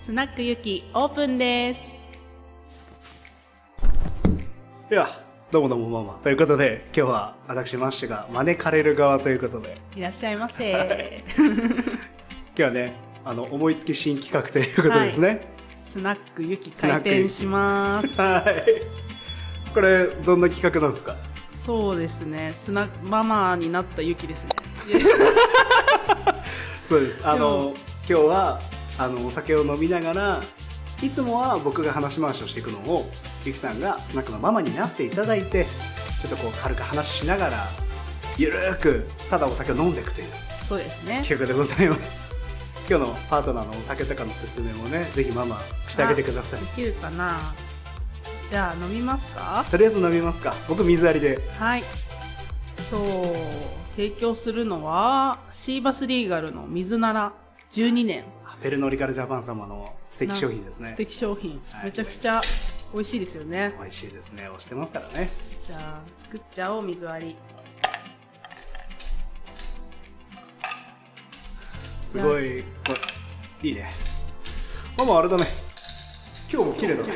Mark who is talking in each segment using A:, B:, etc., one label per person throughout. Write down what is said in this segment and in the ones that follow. A: スナックゆきオープンです
B: いやどうもどうもママということで今日は私マッシュが招かれる側ということで
A: いらっしゃいませ、
B: 今日はねあの思いつき新企画ということですね
A: スナックゆき開店します
B: はい、これどんな企画なんですか
A: そうですねスナママになったゆきですね
B: そうですあの今日はあのお酒を飲みながらいつもは僕が話し回しをしていくのをゆきさんがスナックのママになっていただいてちょっとこう軽く話しながらゆるーくただお酒を飲んでいくという
A: そうですね
B: 企画でございます今日のパートナーのお酒とかの説明もねぜひママしてあげてください
A: できるかなじゃあ飲みますか
B: とりあえず飲みますか僕水ありで
A: はいそう提供するのはシーバスリーガルの水なら12年
B: あペルノリカルジャパン様の素敵商品です
A: 素
B: ね
A: 敵商品、
B: はい
A: めちゃくちゃ美味しいですよね
B: 美味しいですね押してますからね
A: じゃあ作っちゃおう水割り
B: すごいこれいいねママあれだね今日も綺麗だね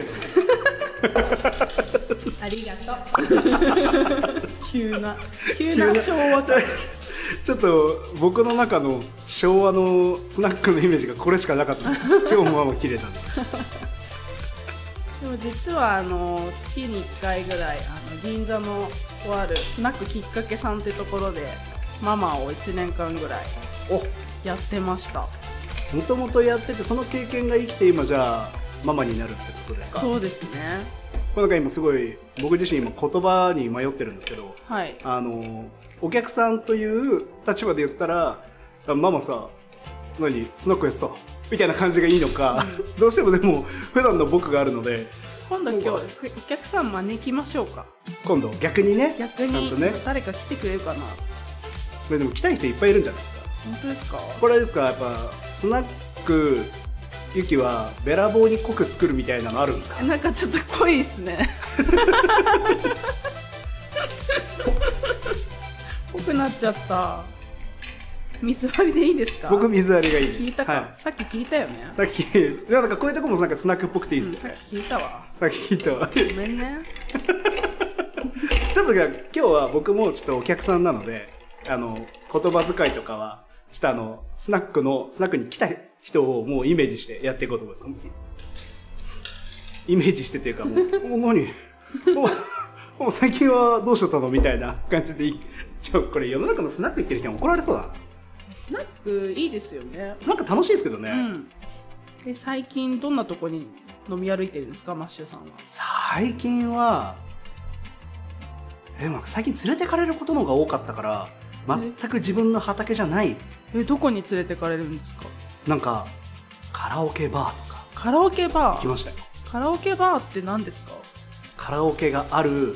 A: ありがとう 急な急な昭和感
B: ちょっと僕の中の昭和のスナックのイメージがこれしかなか った今日もママ綺麗だね
A: でも実はあの月に1回ぐらいあの銀座のとあるスナックきっかけさんってところでママを1年間ぐらい
B: お
A: やってました
B: もともとやっててその経験が生きて今じゃあママになるってことですか
A: そうですね
B: これなんか今すごい僕自身今言葉に迷ってるんですけど
A: はい
B: あのお客さんという立場で言ったらあママさ何スナックやってたのみたいな感じがいいのか、どうしてもでも普段の僕があるので
A: 今度今日
B: そう
A: お客さん招きましょうか
B: 今度逆にね
A: 逆
B: ちゃん
A: に
B: とね
A: 誰か来てくれるかな
B: これでも来たい人いっぱいいるんじゃないですか
A: 本当ですか
B: これあれですかやっぱスナックゆきはべらぼうに濃く作るみたいなのあるんですか
A: なんかちょっと濃いですね濃くなっちゃった水割りでいいですか
B: 僕水割りがいいです
A: 聞いたか、
B: はい
A: さっき聞いたよね
B: さっきいやなんかこういうとこもなんかスナックっぽくていいです
A: さ
B: よ
A: っ
B: ね、
A: き聞いたわ
B: さっき聞いたわ
A: ごめんね
B: ちょっとじゃあ今日は僕もちょっとお客さんなので、あの、言葉遣いとかは、ちょっとあの、スナックの、スナックに来た人をもうイメージしてやっていこうと思います。イメージしてっていうかもう、 お、何お前お前最近はどうしちゃったのみたいな感じでいい。ちょ、これ世の中のスナック行ってる人に怒られそうだな。
A: スナックいいですよね
B: スナック楽しいですけどね。
A: うんで最近どんなとこに飲み歩いてるんですかマッシュさんは
B: 最近は、えでも最近連れてかれることの方が多かったから、全く自分の畑じゃない
A: えどこに連れてかれるんですか
B: なんかカラオケバーとか
A: カラオケバ
B: 行き
A: ー
B: ましたよ
A: カラオケバーって何ですか
B: カラオケがある
A: うん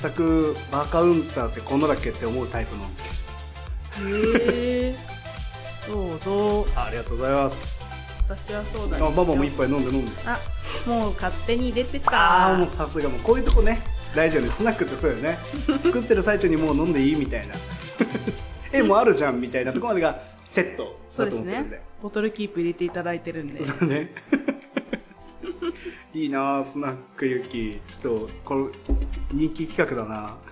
B: 全くバーカウンターってこんなだっけって思うタイプのお店です
A: へえどうぞ
B: ありがとうございます
A: 私はそうだ
B: あ
A: ね
B: ママも一杯飲んで飲んで
A: あもう勝手に出て
B: ああ
A: た
B: もうさすがもうこういうとこね大事よねスナックってそうよね作ってる最中にもう飲んでいいみたいな えもうあるじゃんみたいなとこまでがセット
A: そう
B: だ
A: です
B: と思ってるん
A: ね
B: で
A: ボトルキープ入れていただいてるん で
B: そうねいいなあスナックゆきちょっとこの人気企画だな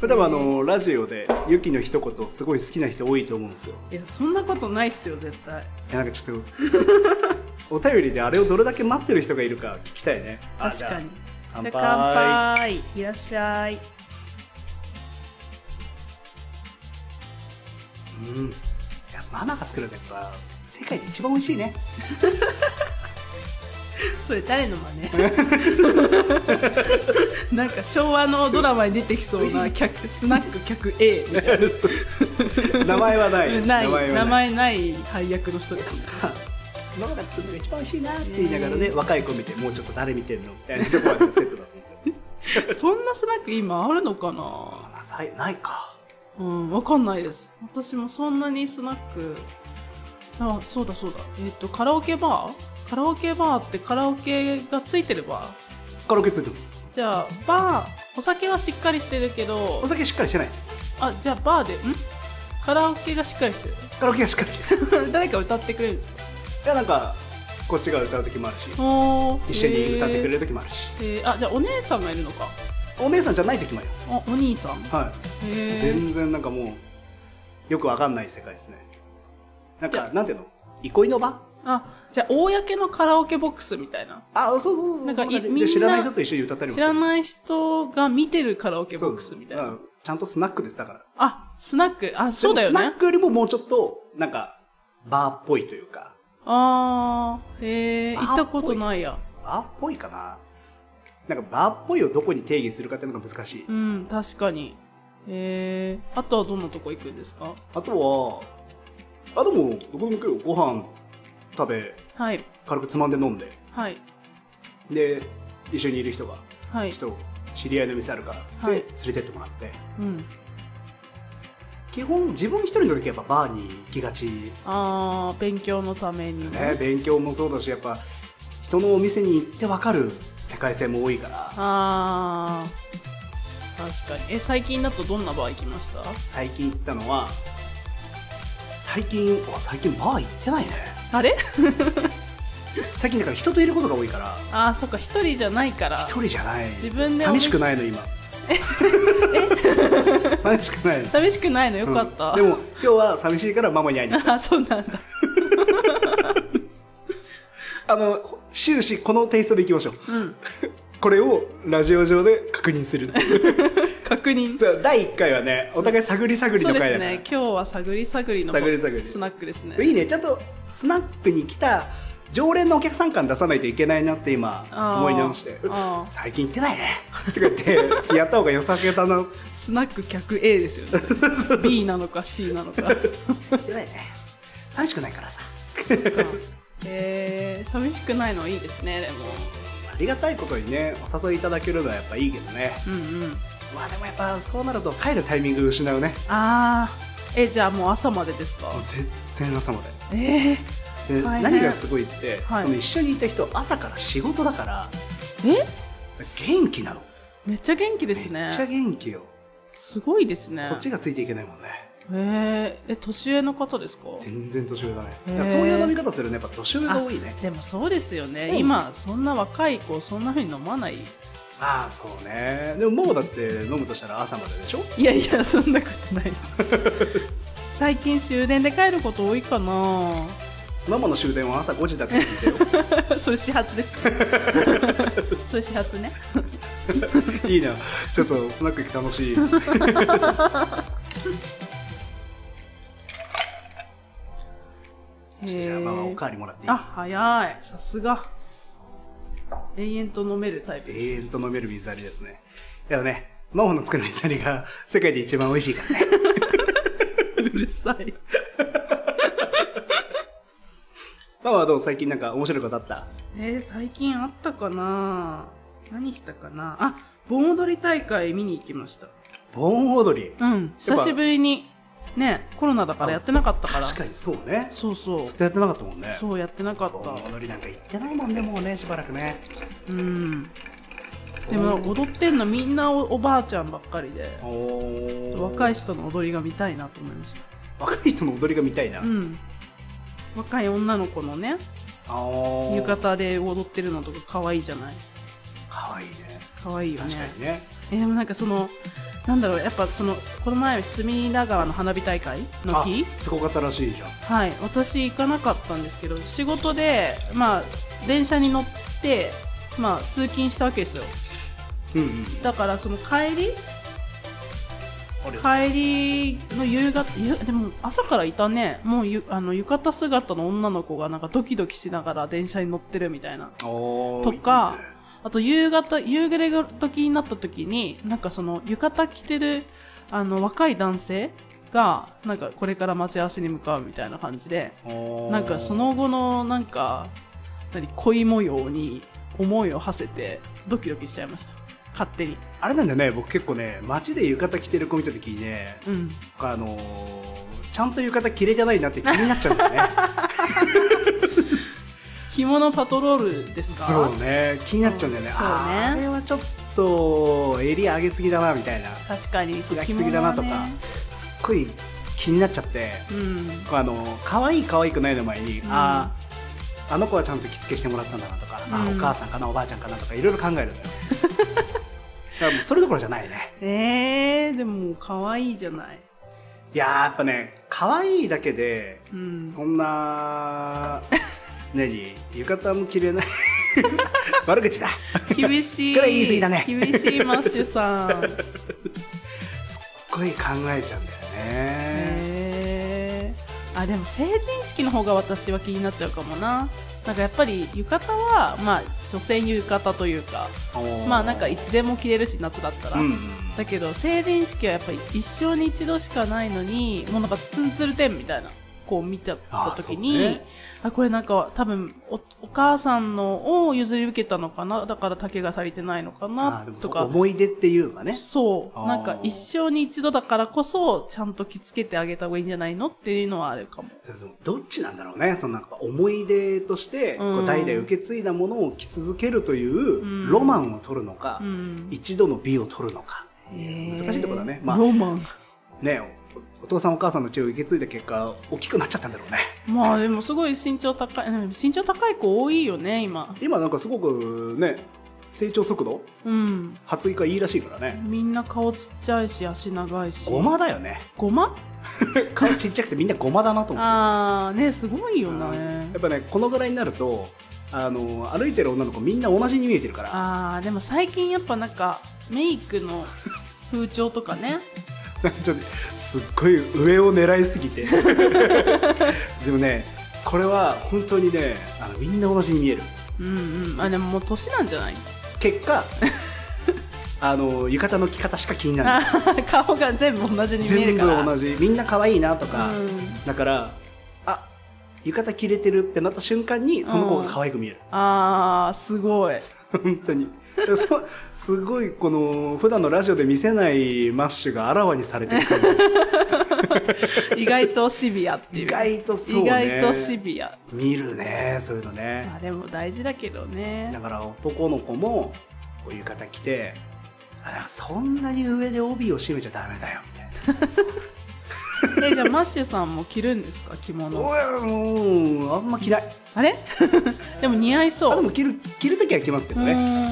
B: これ多分あのラジオでゆきの一言すごい好きな人多いと思うんですよ
A: いやそんなことないっすよ絶対
B: いやなんかちょっ とお便りであれをどれだけ待ってる人がいるか聞きたいねあ
A: 確かに
B: じゃあ乾
A: じ
B: 杯
A: ゃあ乾杯いらっしゃい
B: うんいやママが作るのやっぱ世界で一番美味しいね
A: それ誰の真似 なんか昭和のドラマに出てきそう な客スナック客 A みたい
B: 名前はな
A: ないない
B: 名前は
A: 名前ない配役の人ですね
B: ママが作るのが一番美味しいなって言いながらね、若い子見てもうちょっと誰見てんのみたいなところでセットだと思ってる
A: そんなスナック今あるのかな
B: あなさいないか
A: うん、わかんないです。私もそんなにスナック、あ、そうだそうだ。えっと、カラオケバーカラオケバーってカラオケがついてるバー
B: カラオケついてます
A: じゃあ、バー、お酒はしっかりしてるけど
B: お、酒しっかりしてないです
A: あ、じゃあバーで、んカラオケがしっかりして
B: カラオケがしっかりしてる。
A: る 誰か歌ってくれるんですか
B: いや、なんか、こっちが歌う時もあるし、
A: おー
B: 一緒に歌ってくれ
A: へ
B: る時もあるし、
A: ーへーあじゃあお姉さんがいるのか
B: お姉さんじゃない時もありま
A: あお兄さん
B: す。はい。
A: へー
B: 全然なんかもうよくわかんない世界ですねなんかなんていうの憩いの場
A: あじゃあ公のカラオケボックスみたいな
B: あそうそうそう
A: なんかい
B: そ感じで
A: みんな
B: 知らない人と一緒に歌ったり
A: 知
B: もする
A: ら
B: い
A: ない人が見てるカラオケボックスみたいな
B: ちゃんとスナックですだから
A: あスナックあそうだよ
B: でもスナ
A: ね
B: ックよりももうちょっとなんかバーっぽいというか
A: あーへえ
B: バ
A: 行
B: ーっぽ
A: っ
B: い
A: たことないや
B: バーっぽいかななんかバーっぽいをどこに定義するかっていうのが難しい、
A: うん確かにへえあとはどんなとこ行くんですか
B: あとはあでもどこでも行くよご飯食べ
A: はい
B: 軽くつまんで飲んで
A: はい
B: で一緒にいる人が
A: はい
B: ちょっと知り合いの店あるからって
A: はい
B: 連れてってもらって、
A: うん
B: 基本自分一人の時はやっぱバーに行きがち、ね
A: あー勉強のためにも
B: 勉強もそうだしやっぱ人のお店に行って分かる世界性も多いから
A: あー確かにえ最近だとどんなバー行きました
B: 最近行ったのは最近うわ最近バー行ってないね
A: あれ
B: 最近だから人といることが多いから
A: あーそっか一人じゃないから
B: 一人じゃない
A: 自分でお店
B: 寂しくないの今 寂しくないの
A: 寂しくないのよかった、
B: うんでも今日は寂しいからママに会いに来 た
A: あそうなんだ
B: あの終始このテイストでいきましょう
A: うん
B: これをラジオ上で確認 する
A: 確認
B: そう第1回はねお互い探り探り
A: そう
B: の
A: で
B: 回
A: す
B: だから、
A: ね今日は探り探りの
B: 探り探り
A: スナックですね
B: いいねちゃんとスナックに来た常連のお客さん感出さないといけないなって今
A: あー
B: 思い直して
A: あー
B: 最近行ってないねって言ってやった方が良さげだな行
A: スナック客 A ですよね B なのか C なのか
B: ってないね寂しくないからさ
A: えー、寂しくないのいいですねでも
B: ありがたいことにねお誘いいただけるのはやっぱいいけどね
A: うんうん
B: まあでもやっぱそうなると帰るタイミング失うね
A: あーえじゃあもう朝までですか
B: もう全然朝まで
A: えー、
B: で
A: 大変
B: 何がすごいって、
A: はい
B: その一緒にいた人朝から仕事だから
A: え
B: 元気なの
A: めっちゃ元気で
B: め
A: す
B: っちゃ
A: ね
B: 元気よ
A: すごいですね
B: こっちがついていけないもんね
A: えー、え年上の方ですか
B: 全然年上だね
A: へー
B: いやそういう飲み方するねやっぱ年上が多いね
A: でもそうですよね、
B: うん
A: 今そんな若い子そんな風に飲まない
B: ああそうねでももうだって飲むとしたら朝まででしょ
A: いやいやそんなことない 最近終電で帰ること多いかな
B: ママの終電は朝5時だって聞いて
A: それ始発 ですねそれ始発ね
B: よいいな ちょっとスナック行き楽しいじゃあママおかわりもらっていい
A: あ早いさすが永遠と飲めるタ イプ
B: 永遠と飲める水ありですねいやねママの作る水ありが世界で一番美味し いからね
A: うるさい
B: ママはどう最近なんか面白いことあった
A: えー、最近あったかな何したかなあ盆踊り大会見に行きました
B: 盆踊り
A: うん久しぶりにねコロナだからやってなかったから
B: 確かにそうね
A: そうそう
B: ずっとやってなかったもんね
A: そうやってなかっ
B: 盆
A: た
B: 踊りなんか行ってないもんねもうねしばらくね
A: うんでも踊ってんのみんなおおばあちゃんばっかりで
B: 若
A: 若い人の踊りが見たいなと思いました
B: 若い人の踊りが見たいな、
A: うん若い女の子のね
B: あー
A: 浴衣で踊ってるのとか可愛いじゃない
B: かわいいね
A: 可愛いよ
B: 確か
A: ね
B: にね
A: えでもなんかそのなんだろうやっぱそのこの前隅田川の花火大会の
B: あ
A: 日
B: すごかったらしいじゃん
A: はい私行かなかったんですけど仕事でまあ電車に乗ってまあ通勤したわけですよ
B: うんうん
A: だからその帰り
B: あれ
A: 帰りの夕方ゆでも朝からいたねもうゆあの浴衣姿の女の子がなんかドキドキしながら電車に乗ってるみたいな
B: おー
A: とか
B: いいね
A: あと夕方夕暮れ時になった時になんかその浴衣着てるあの若い男性がなんかこれから待ち合わせに向かうみたいな感じで
B: おー
A: なんかその後のなんか何恋模様に思いを馳せてドキドキしちゃいました勝手に
B: あれなんだよね僕結構ね街で浴衣着てる子見た時にね
A: うん
B: あのーちゃんと浴衣着れてないなって気になっちゃうんだよ ね
A: 着物パトロールですか
B: そうね気になっちゃうんだよね
A: そうそうね
B: あーあれはちょっと襟上げすぎだなみたいな
A: 確かにそう
B: 開きすぎだなと
A: 着物
B: か
A: はね
B: すっごい気になっちゃって、
A: うん
B: あの可愛い可愛くないの前に、
A: うん
B: あああの子はちゃんと着付けしてもらったんだなとか、あ
A: うん
B: お母さんかなおばあちゃんかなとかいろいろ考える のよだからもうそれどころじゃないね
A: えー、でも可愛いじゃない、
B: いやーやっぱね可愛いだけで
A: うん、
B: そんな何浴衣も着れない 悪口だ
A: 厳しい
B: これ言い過ぎだね
A: 厳しいマッシュさん
B: すっごい考えちゃうんだよね、
A: へーあでも成人式の方が私は気になっちゃうかもななんかやっぱり浴衣はまあ女性に浴衣というか
B: おー
A: まあなんかいつでも着れるし夏だったら、
B: うん
A: だけど成人式はやっぱり一生に一度しかないのにもうなんかツンツルテンみたいなこう見ちゃった時に
B: あ
A: あ、
B: そうね
A: これなんか多分おお母さんのを譲り受けたのかなだから丈が足りてないのか
B: あー
A: な
B: でもそ
A: と
B: こ
A: か
B: 思い出っていうのがね
A: そ
B: あ
A: う
B: ー
A: なんか一生に一度だからこそちゃんと着付けてあげた方がいいんじゃないのっていうのはあるかも
B: それでもどっちなんだろうねそのなんか思い出としてこ
A: う
B: うん代々受け継いだものを着続けるという
A: うん
B: ロマンを取るのか、
A: うん
B: 一度の美を取るのか難しいとこだねまあ
A: ロマン
B: ねおお父さんお母さんの血を受け継いだ結果大きくなっちゃったんだろうね
A: まあでもすごい身長高いでも身長高い子多いよね今
B: 今なんかすごくね成長速度
A: うん
B: 発育がいいらしいからね
A: みんな顔ちっちゃいし足長いし
B: ごまだよね
A: ごま
B: 顔ちっちゃくてみんなごまだなと思って
A: あーねすごいよね
B: やっぱねこのぐらいになるとあの歩いてる女の子みんな同じに見えてるから
A: あーでも最近やっぱなんかメイクの風潮とかね
B: ちょっとすっごい上を狙いす ぎてでもねこれは本当にねあのみんな同じに見える
A: うんうんあでももう年なんじゃない
B: 結果あの浴衣の着方しか気にならない
A: あー顔が全部同じに見え
B: 全
A: るから
B: 部同じみんな可愛いなとか、
A: うん
B: だからあ浴衣着れてるってなった瞬間にその子が可愛く見える、
A: あーすごい
B: 本当にそすごいこの普段のラジオで見せないマッシュがあらわにされて る感じ
A: 意外とシビアっていう
B: 意外とそうね
A: 意外とシビア
B: 見るねそういうのね、
A: まあでも大事だけどね
B: だから男の子もこう浴衣着てあそんなに上で帯を締めちゃダメだよみたいな
A: えじゃあマッシュさんも着るんですか着物
B: おやうんあんま着ない
A: あれ でも似合い
B: あ
A: そ
B: で
A: う
B: も着る着る時は着ますけ
A: う
B: ど
A: ーん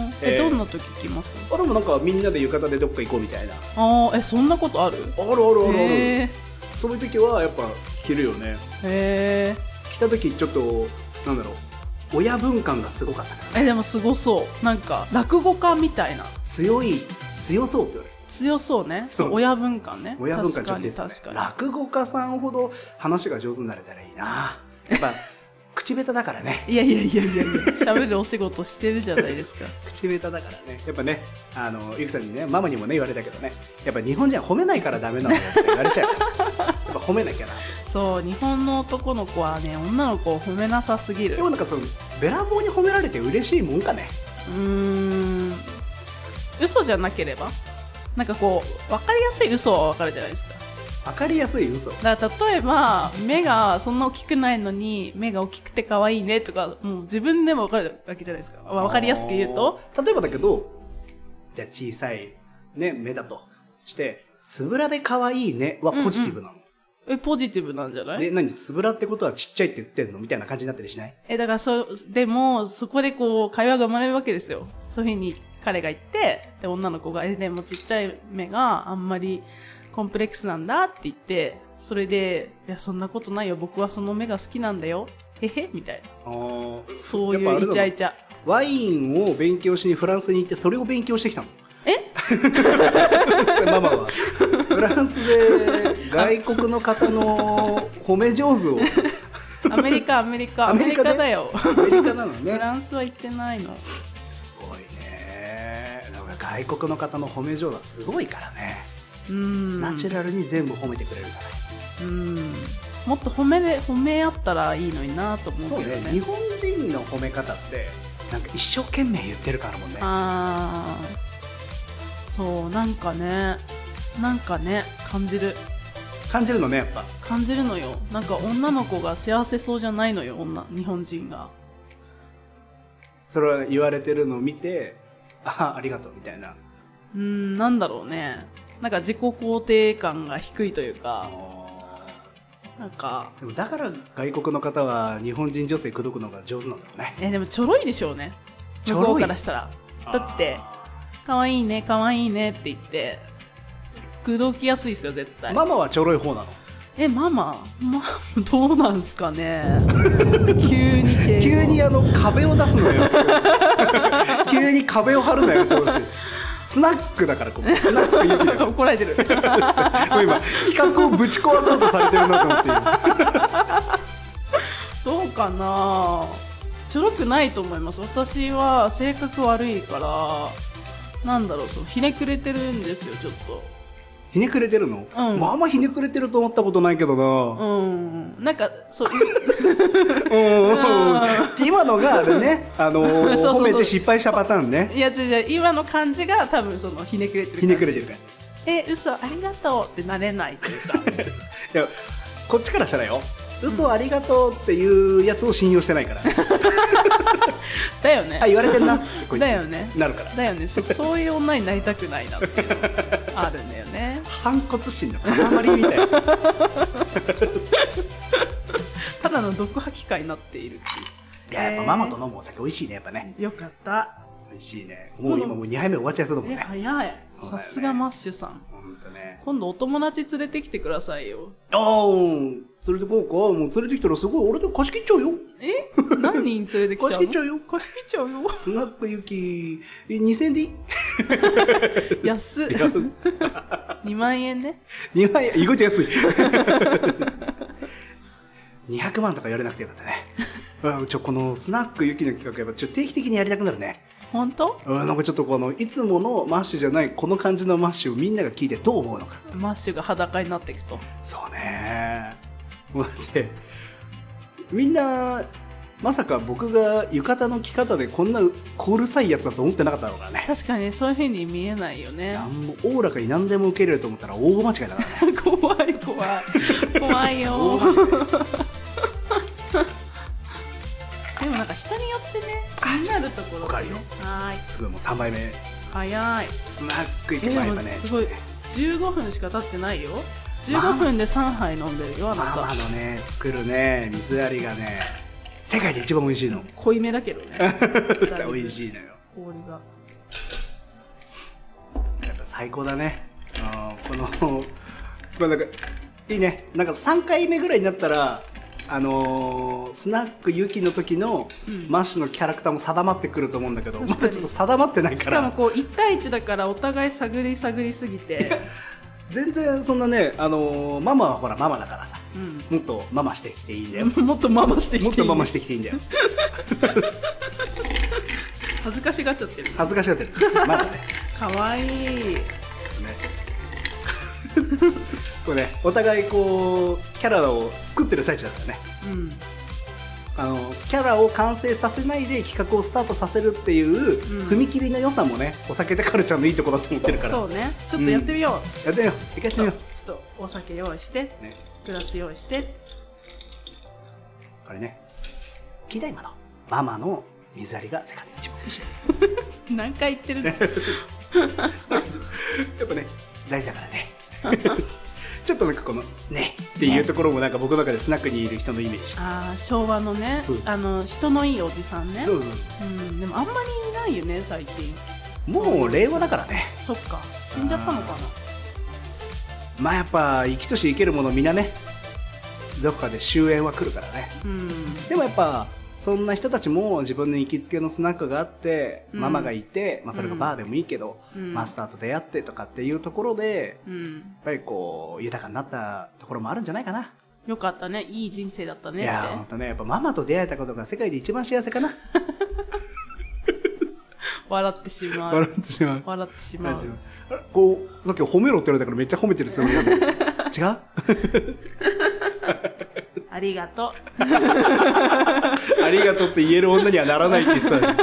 B: ね
A: え
B: えー
A: どんな時着ます
B: あでもなんかみんなで浴衣でどっか行こうみたいなあ
A: ああえそんなことある
B: るあるあるある、
A: へえ
B: そういう時はやっぱ着るよね
A: へ
B: 着た時ちょっとなんだろう親分感がすごかったから
A: ーえでもすごそうなんか落語家みたいな
B: 強い強そうって言われる
A: 強そうね
B: そう
A: そう親分感ね
B: 親分感ちょっとです、ね、
A: 確かに確か
B: 落語家さんほど話が上手になれたらいいな やっぱ口下手だからね
A: にいやいやいやいやいや喋るお仕事してるじゃないです か
B: 口下手だからねやっぱねあのゆきさんにねママにもね言われたけどねやっぱ日本人は褒めないからダメなのよって言わ れちゃうからやっぱ褒めなきゃな
A: そう日本の男の子はね女の子を褒めなさすぎる
B: でもなんかそのべらぼうに褒められて嬉しいもんかね
A: うーん嘘じゃなければなんかこう分かりやすい嘘は分かるじゃないですか
B: 分かりやすい嘘
A: だから例えば目がそんな大きくないのに目が大きくて可愛いねとかもう自分でも分かるわけじゃないですか分かりやすく言うと
B: あー例えばだけどじゃあ小さい、ね、目だとしてつぶらで可愛いねはポジティブなの、
A: えポジティブなんじゃない
B: で何つぶらってことはちっちゃいって言ってんのみたいな感じになったりしない
A: えだからそでもそこでこう会話が生まれるわけですよそういうふうに彼が言ってで女の子が「えでもちっちゃい目があんまりコンプレックスなんだ」って言ってそれで「いやそんなことないよ僕はその目が好きなんだよ」へへみたいなそうい
B: やっぱあ
A: う
B: れな
A: イ
B: の
A: チャイチャ
B: ワインを勉強しにフランスに行ってそれを勉強してきたの
A: え
B: ママはフランスで外国の方の褒め上手を
A: アメリカアメリカ
B: ア
A: ア
B: メ
A: メ
B: リ
A: リ
B: カ
A: カ
B: で
A: だよ
B: アメリカなの
A: フ
B: ね
A: ランスは行ってないの
B: すごいねだから外国の方の褒め上手はすごいからね、
A: うん
B: ナチュラルに全部褒めてくれるから
A: うんもっと褒めで褒め合ったらいいのになと思う
B: そう
A: けど
B: ね
A: ね
B: 日本人の褒め方ってなんか一生懸命言ってるからもんね
A: あーそうなんかねなんかね感じる
B: 感じるのねやっぱ
A: 感じるのよなんか女の子が幸せそうじゃないのよ女日本人が
B: それは言われてるのを見てあありがとうみたいな
A: うーんなんだろうねなんか自己肯定感が低いというか
B: あ
A: なんか
B: でもだから外国の方は日本人女性口説くのが上手なんだろうね
A: えでもちょろいでしょうね
B: ち
A: 向
B: ょろい
A: こうからしたらだって可愛いね可愛いねって言って口説きやすいですよ絶対、
B: ママはちょろい方なの
A: えマママ どうなんすかね急に敬語
B: 急にあの壁を出すのよ 急に壁を張るなよってほしいスナックだからここスナック勇気だよ
A: 怒られてる
B: もう今企画をぶち壊そうとされてるなと思って今
A: そうかなちょろくないと思います私は性格悪いからなんだろうそのひねくれてるんですよちょっ
B: ひねくれてるの、
A: うん
B: まああんまひねくれてると思ったことないけど
A: とう
B: な、
A: んなんかそう
B: うんうんうん今のがあれね、あのー
A: そうそうそう
B: 褒めて失敗したパターンね
A: いや違う違う今の感じが多分そのひねくれてる
B: ひねくれ
A: る
B: てるから
A: え嘘ありがとうってなれないっていうか
B: いやこっちからしたらよ嘘ありがとうっていうやつを信用してな いから
A: だよね、
B: あ言われてん なってこいつ
A: だよね
B: なるから
A: だよねそそういう女になりたくないなって いうのがあるんだよね
B: 反骨心の塊みたいな
A: ただの毒破機会になっているって
B: いややっぱママと飲むお酒美味しいねやっぱね
A: いうよかった
B: 美味しいねもう今もう2杯目終わっちゃいそうだもん
A: え
B: ね
A: 早い
B: そうだよ
A: さ
B: ね
A: すがマッシュさん
B: ほんとね
A: 今度お友達連れてきてくださいよ
B: ああうん連れてこうかもう連れてきたらすごい俺と貸し切っちゃうよ
A: え何人連れてきちゃうの
B: 貸し切っちゃうよ
A: 貸し切っちゃう よ
B: スナック行きえ2000円でい い
A: 安っ2万円ね
B: 2万円意外と安い 200万とかやれなくてよかったね うんちょこのスナックゆきの企画やっぱちょ定期的にやりたくなるね
A: 本当
B: うんなんかちょっとこのいつものマッシュじゃないこの感じのマッシュをみんなが聞いてどう思うのか
A: マッシュが裸になっていくと
B: そうねもうだってみんなまさか僕が浴衣の着方でこんなコールサイやつだと思ってなかったのからね
A: 確かにそういうふうに見えないよね
B: なんもおおらかに何でも受け入れると思ったら大間違いだからね
A: 怖い怖い怖いよ
B: 大間違い
A: でもなんか人によってね気になるところ
B: わかるよ
A: はーい
B: すごいもう3杯目
A: 早い
B: スナック行
A: え
B: け
A: で
B: ばや
A: も
B: っぱ ね
A: すごい15分しか経ってないよ15分で3杯飲んでるよあな
B: マ
A: た
B: マのね作るね水やりがね世界で一番美味しいの
A: 濃いめだけどね
B: 美味しいのよ
A: 氷が
B: やっぱ最高だねあーこの まあなんかいいねなんか3回目ぐらいになったらあのースナックゆきの時のマッシュのキャラクターも定まってくると思うんだけど、
A: 確
B: ま
A: かに
B: だちょっと定まってない
A: し
B: か
A: からもこう1対1だからお互い探り探りすぎて
B: 全然そんなね、あのーママはほらママだからさ
A: う
B: もっとママしてきていいんだよ
A: んもっとママしてきていい
B: もっとママしてきていいんだよ
A: 恥ずかしがっちゃってる
B: 恥ずかしがってるまだね
A: かわいい
B: ねこれねお互いこうキャラを作ってる最中だからね
A: うん
B: あのキャラを完成させないで企画をスタートさせるっていう、踏み切りの良さもねお酒でカルチャーのいいところだと思ってるから
A: そうねちょっとやってみよ
B: やってみよう一回やって
A: う、
B: みよ
A: ちょっとお酒用意して
B: う、ね、
A: グラス用意して
B: これね聞いた今のママの水やりが世界で一番美味しい
A: 何回言ってるの
B: やっぱね大事だから ねちょっとなんかこのねっていうところもなんか僕の中でスナックにいる人のイメージ
A: あー昭和のね
B: そう
A: あの人のいいおじさんね
B: そうそう
A: うん、でもあんまりいないよね最近
B: そうもう令和だからね
A: そっか死んじゃったのかな
B: まあやっぱ生きとし生けるもの皆ねどこかで終焉は来るからね
A: うん
B: でもやっぱそんな人たちも自分の行きつけのスナックがあって、
A: うん
B: ママがいて、まあ、それがバーでもいいけど、
A: うん
B: マスターと出会ってとかっていうところで
A: うん
B: やっぱりこう豊かになったところもあるんじゃないかな、
A: よかったねいい人生だったね
B: いや本
A: って
B: 当ねやっぱママと出会えたことが世界で一番幸せかな
A: 笑ってしま
B: 笑
A: う
B: ってしまう
A: 笑ってしまう
B: あれこうさっき褒めろって言われたからめっちゃ褒めてるつもりなんだけど 違う
A: ありがと
B: ありがとうって言える女にはならないって言ってたのに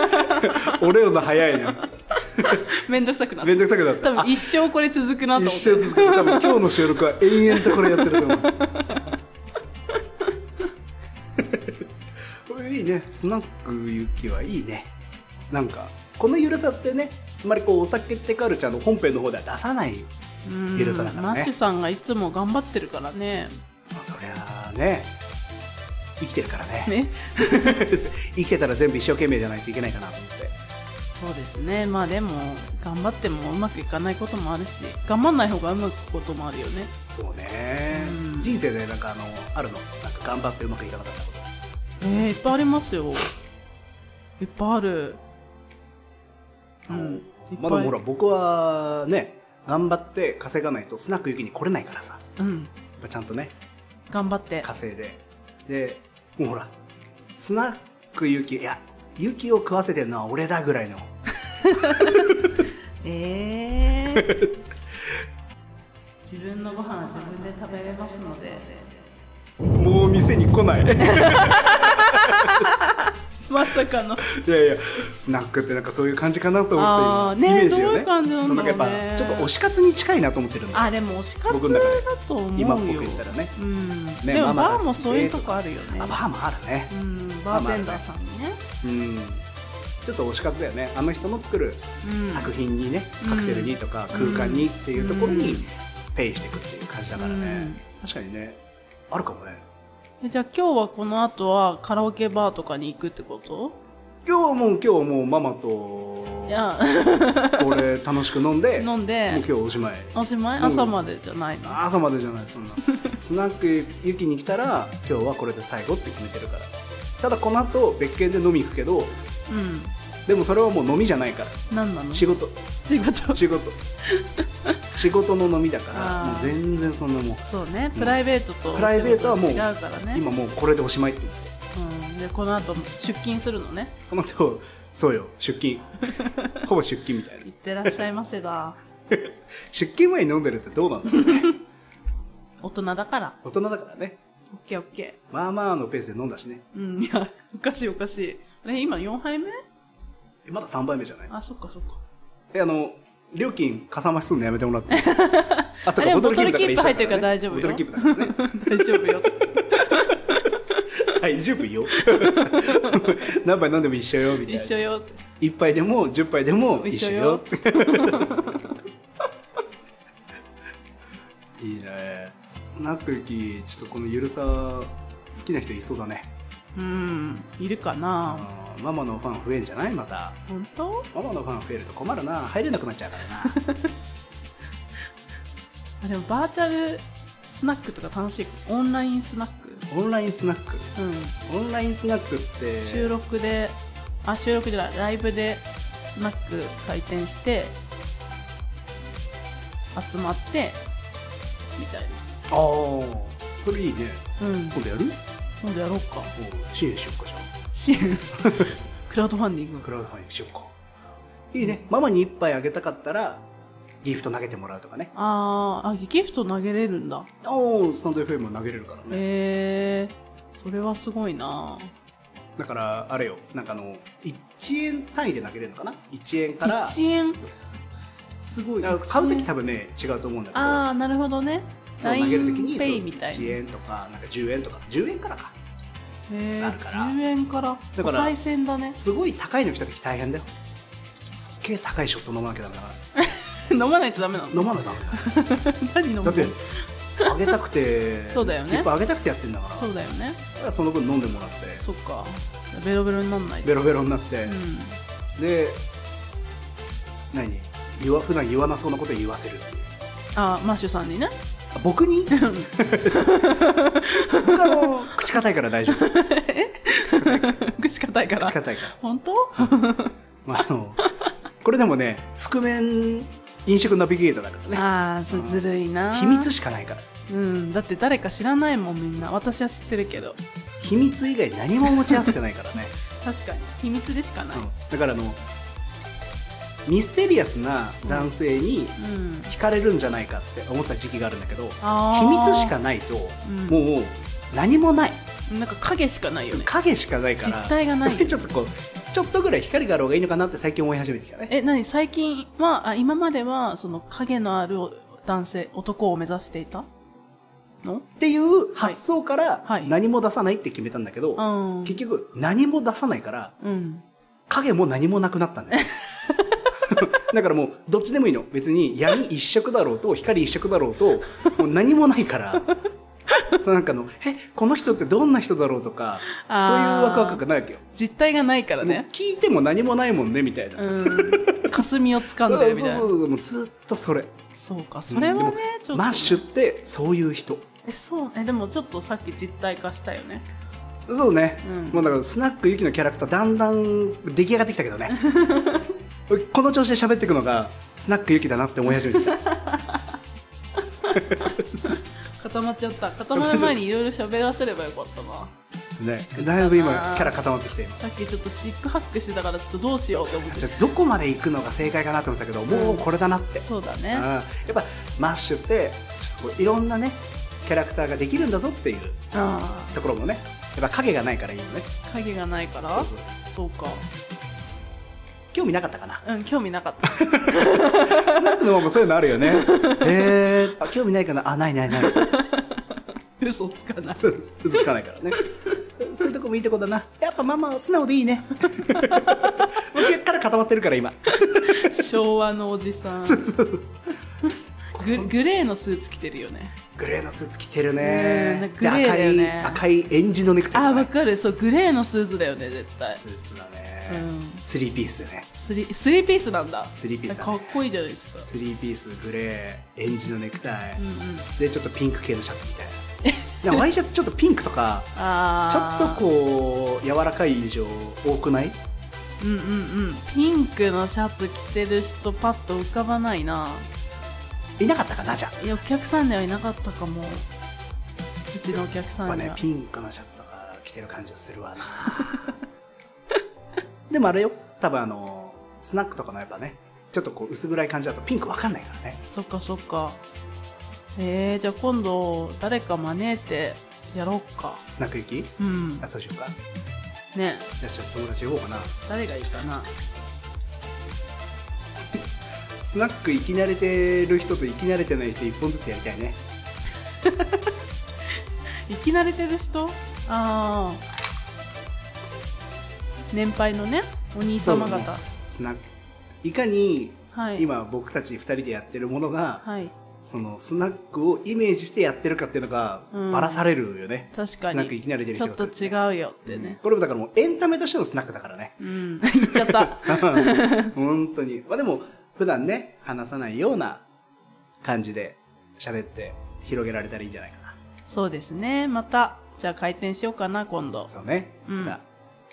B: 俺らの早いな
A: うめんどくさくなっ
B: めん
A: た
B: どくさくなった
A: 多分一生これ続くなと思
B: 一
A: って
B: 生続けて多分今日の収録は延々とこれやってると 思うこれいいねスナック行きはいいねなんかこのゆるさってねあんまりこうお酒ってカルチャーの本編の方では出さない
A: うん
B: ゆるさだからね
A: マッシュさんがいつも頑張ってるからね
B: まあ、そりゃあね、生きてるからね。
A: ね。
B: 生きてたら全部一生懸命じゃないといけないかなと思って。
A: そうですね。まあでも、頑張ってもうまくいかないこともあるし、頑張んない方がうまくいくこともあるよね。
B: そうね
A: う。ん
B: 人生でなんかあの、あるのなんか頑張ってうまくいかなかったこ
A: え
B: と。
A: ー、いっぱいありますよ。いっぱいある。うん。いっぱ
B: ま
A: い
B: あでもほら、僕はね、頑張って稼がないとスナック行きに来れないからさ。や
A: うん。
B: っぱちゃんとね、
A: 頑張って。
B: 稼いで。で、もうほら、スナック行き、いや、行きを食わせてるのは俺だぐらいの。
A: えー、 自分のご飯は自分で食べれますので
B: もう店に 来ない。
A: まさかの
B: いやいや、スナックってなんかそういう感じかなと思
A: あ
B: っ
A: ー
B: て、今、
A: ね
B: イメージよ
A: どうい
B: ね。
A: う感じなんだろうね
B: そのやっぱ、ちょっと推し活に近いなと思ってるんだ。
A: あでも推し活
B: 僕の
A: だ
B: 中で
A: と思うよ
B: 今僕言ったらね
A: うん
B: ね
A: で
B: マ
A: も
B: マが
A: バーもそういうとこあるよね
B: あ、バーもあるね
A: う。ん、バーテンダーさんにね、
B: うん。ちょっと推し活だよね。あの人の作る
A: うん、
B: 作品にね、
A: うん
B: カクテルにとか空間にっていうところに
A: うん
B: ペイしていくっていう感じだから
A: う
B: ね
A: ん。
B: 確かにね、あるかもね。
A: えじゃあ今日はこの後はカラオケバーとかに行くってこと
B: 今日はもう、今日はもうママと
A: い、 や
B: これ楽しく飲んで、もう
A: 飲ん
B: 今
A: で
B: 日おしまい。
A: おしまい
B: うん
A: 朝までじゃないの、
B: 朝までじゃないそん なスナック行きに来たら今日はこれで最後って決めてるからただこの後別件で飲み行くけど
A: う
B: でもそれはもう飲みじゃないから
A: ん何なの
B: 仕
A: 仕
B: 事
A: 事
B: 仕 事仕事の飲みだから
A: あー
B: もう全然そんなも
A: そうねプライベートと
B: プライベートはもう
A: お仕事違うからね
B: う今もうこれでおしまいって言って
A: うん、でこの後出勤するのね
B: この後そうよ出 勤ほぼ出勤みたいな
A: 行ってらっしゃいませだ
B: 出勤前に飲んでるってどうなんだろうね
A: 大人だから
B: 大人だからね
A: オッケーオッケ
B: まあまあのペースで飲んだしね
A: ーうんいやおかしいおかしいあれ今4杯目
B: まだ3杯目じゃない
A: あそっかそっか
B: えあの料金かさ増しすんのやめてもらって あそ
A: あれはボ
B: 一緒だね
A: トルキープ入ってるから大丈夫よ
B: ボトルキープだからね
A: 大丈夫よ
B: 大丈夫よ 何杯飲んでも一緒よみたい
A: 一
B: な
A: 緒よって
B: 一杯でも10杯でも一
A: 一
B: 緒
A: 緒
B: よ
A: よ
B: いいねスナック行きちょっとこのゆるさ好きな人いそうだね
A: うんいるかな
B: あーママのファン増えんじゃないまた
A: 本当
B: ママのファン増えると困るな入れなくなっちゃ うからな
A: あでもバーチャルスナックとか楽しいオンラインスナック
B: オンラインスナック
A: う
B: オンラインスナックって
A: ん収録であ収録じゃないライブでスナック開店して集まってみたい
B: ああそれいいね
A: なうん
B: 今度やる
A: 今度やろうか
B: おう支援しようかじゃ
A: 支援クラウドファンディン
B: あ
A: グ
B: クラウドファンディングしようかいいねママに一杯あげたかったらギフト投げてもらうとかね
A: あーあギフト投げれるんだ
B: おおスタンド FM も投げれるからね
A: へえそれはすごいな
B: だからあれよなんかあの1円単位で投げれるのかな1円から
A: 1円すごい
B: だから買う
A: 一
B: 時
A: 円
B: 多分ね違うと思うんだけど
A: ああなるほどね
B: そう投げる時に
A: LINE ペイみたい
B: そう
A: な
B: 1円とかなんか10円とか10円からか
A: へえ
B: あるから
A: 10円から
B: だから
A: お賽銭 だね
B: すごい高いの来た時大変だよすっげえ高いショット飲まなきゃダメだか
A: 飲まないとダメな
B: ら
A: の
B: 飲まなきゃダメだよ
A: 何飲むの
B: だってあげたくて
A: そうだよね
B: 一杯あげたくてやってんだから
A: そうだよね
B: だからその分飲んでもらって
A: そっかベロベロになんない
B: ベロベロになって、
A: うん
B: で何言わ普段言わなそうなこと言わせるっていう
A: あマッシュさんにね
B: あ僕に僕あの口固いから大丈 夫
A: 口
B: 口
A: 硬いから
B: 固いから、
A: 本当
B: まあ、あのこれでもね覆面飲食ナビゲーターだからね
A: ああそれずるいな
B: 秘密しかないから
A: うん、だって誰か知らないもんみんな私は知ってるけど
B: 秘密以外何も持ち合わせてないからね、
A: 確かに秘密でしかない、
B: うんだからあのミステリアスな男性に
A: うん、
B: 惹かれるんじゃないかって思ってた時期があるんだけど、
A: あ
B: 秘
A: ー
B: 密しかないと、
A: うん
B: もう何もない
A: なんか影しかないよね
B: 影しかないから
A: 実体がない
B: ちょっとこうちょっとぐらい光がある方がいいのかなって最近思い始めてきたね
A: え何最近はあ今まではその影のある男性男を目指していたの
B: っていう発想から
A: はい
B: 何も出さないって決めたんだけど、
A: うん
B: 結局何も出さないから
A: うん
B: 影も何もなくなった んだよだからもうど っちでもいいの別に闇一色だろうと光一色だろうともう何もないからそうなんかあの、え、この人ってどんな人だろうとか、そう
A: あー
B: いうワクワクがないわけよ。
A: 実体がないから
B: もう
A: ね。
B: 聞いても何もないもんね、みたいな。
A: うん。霞を掴んでるみたいな。
B: そうそうそうもうずっとそれ。
A: そうか、それはね
B: うんでも、
A: ちょっと。
B: マッシュってそういう人。
A: え、そう、え、でもちょっとさっき実体化したよね。
B: そうね、
A: うん
B: もうだからスナックゆきのキャラクターだんだん出来上がってきたけどね この調子で喋っていくのがスナックゆきだなって思い始めて きた
A: 固まっちゃった。固まる前 にいろいろ喋らせればよかったな。
B: ねだいぶ今キャラ固まってきています
A: さっきちょっとシックハックしてたから、ちょっとどうしようと思っ て
B: じゃ。あどこまで行くのが正解かなと思ってたけどもうこれだなって、
A: そうだ
B: うん
A: ね。
B: やっぱマッシュってちょっとこういろんなねキャラクターができるんだぞっていう
A: あ
B: ところもねやっぱ影がないからいいよね
A: あ、影がないから。
B: そうそう
A: そうか。
B: 興味なかったかな
A: うん、興味なかった。
B: スナックのままそういうのあるよねえー、あ興味ないかなあないないない
A: 嘘つかない。
B: そう嘘つかないからねそういうとこもいいとこだなやっぱママは素直でいい ねもう結から固まってるから今
A: 昭和のおじさん。ググレーのスーツ着てるよね。
B: グレーのスーツ着てる
A: ね
B: ね
A: え
B: で
A: グレーだよね
B: 赤い赤いエンジのネクタイ
A: ああ、
B: だ
A: わ
B: ね
A: かる。そう、グレーのスーツだよね、絶対。
B: スーツだ
A: う
B: ね
A: ん。
B: スリーピースだね
A: スリスリーピースなんだ。
B: スリーピースだね
A: かっこいいじゃないですか。
B: スリーピースグレーエンジのネクタイ
A: うんうん。
B: でちょっとピンク系のシャツみ たいななんかワイシャツちょっとピンクとかちょ
A: あ
B: っ
A: あ。
B: とこう柔らかい印象多くない
A: うんうんうん。ピンクのシャツ着てる人、パッと浮かばないな。
B: いなかったかなじゃあ
A: いや、お客さんではいなかったかも。うちのお客
B: やっ
A: さ
B: ぱ
A: んに
B: ね
A: は。
B: ピンクのシャツとか着てる感じがするわな でもあれよ多分あのスナックとかのやっぱねちょっとこう薄暗い感じだとピンクわかんないからね
A: そっかそっか。えー、じゃあ今度、誰か招いてやろうか。
B: スナック行き
A: うん
B: あ。そうしようか
A: ね
B: じゃあちょっと友達呼ぼうかな
A: 誰がいいかな。
B: スナック行き慣れてる人と行き慣れてない人一本ずつやりたいね
A: 生き慣れてる人ああ。年配のね、お兄様
B: そう
A: 方。
B: だねスナックいかに
A: はい。。
B: 今僕たち2人でやってるものが、
A: はい。
B: そのスナックをイメージしてやってるかっていうのが
A: うん
B: バラされるよね、
A: 確か
B: スナック
A: に。
B: 行き慣れて
A: ち
B: る人
A: ょっと違うよってね。
B: これもだからもうエンタメとしてのスナックだか らね
A: うん。言っちゃ った。
B: 本当に。まあでも、普段ね、話さないような感じで喋って広げられたらいいんじゃないかな。
A: そうですね。また、じゃあ開店しようかな、今度。
B: そうね。
A: うん
B: じゃあ、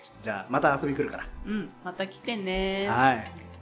B: ちょっとじゃあまた遊び来るから。
A: うん。また来てね。
B: はい。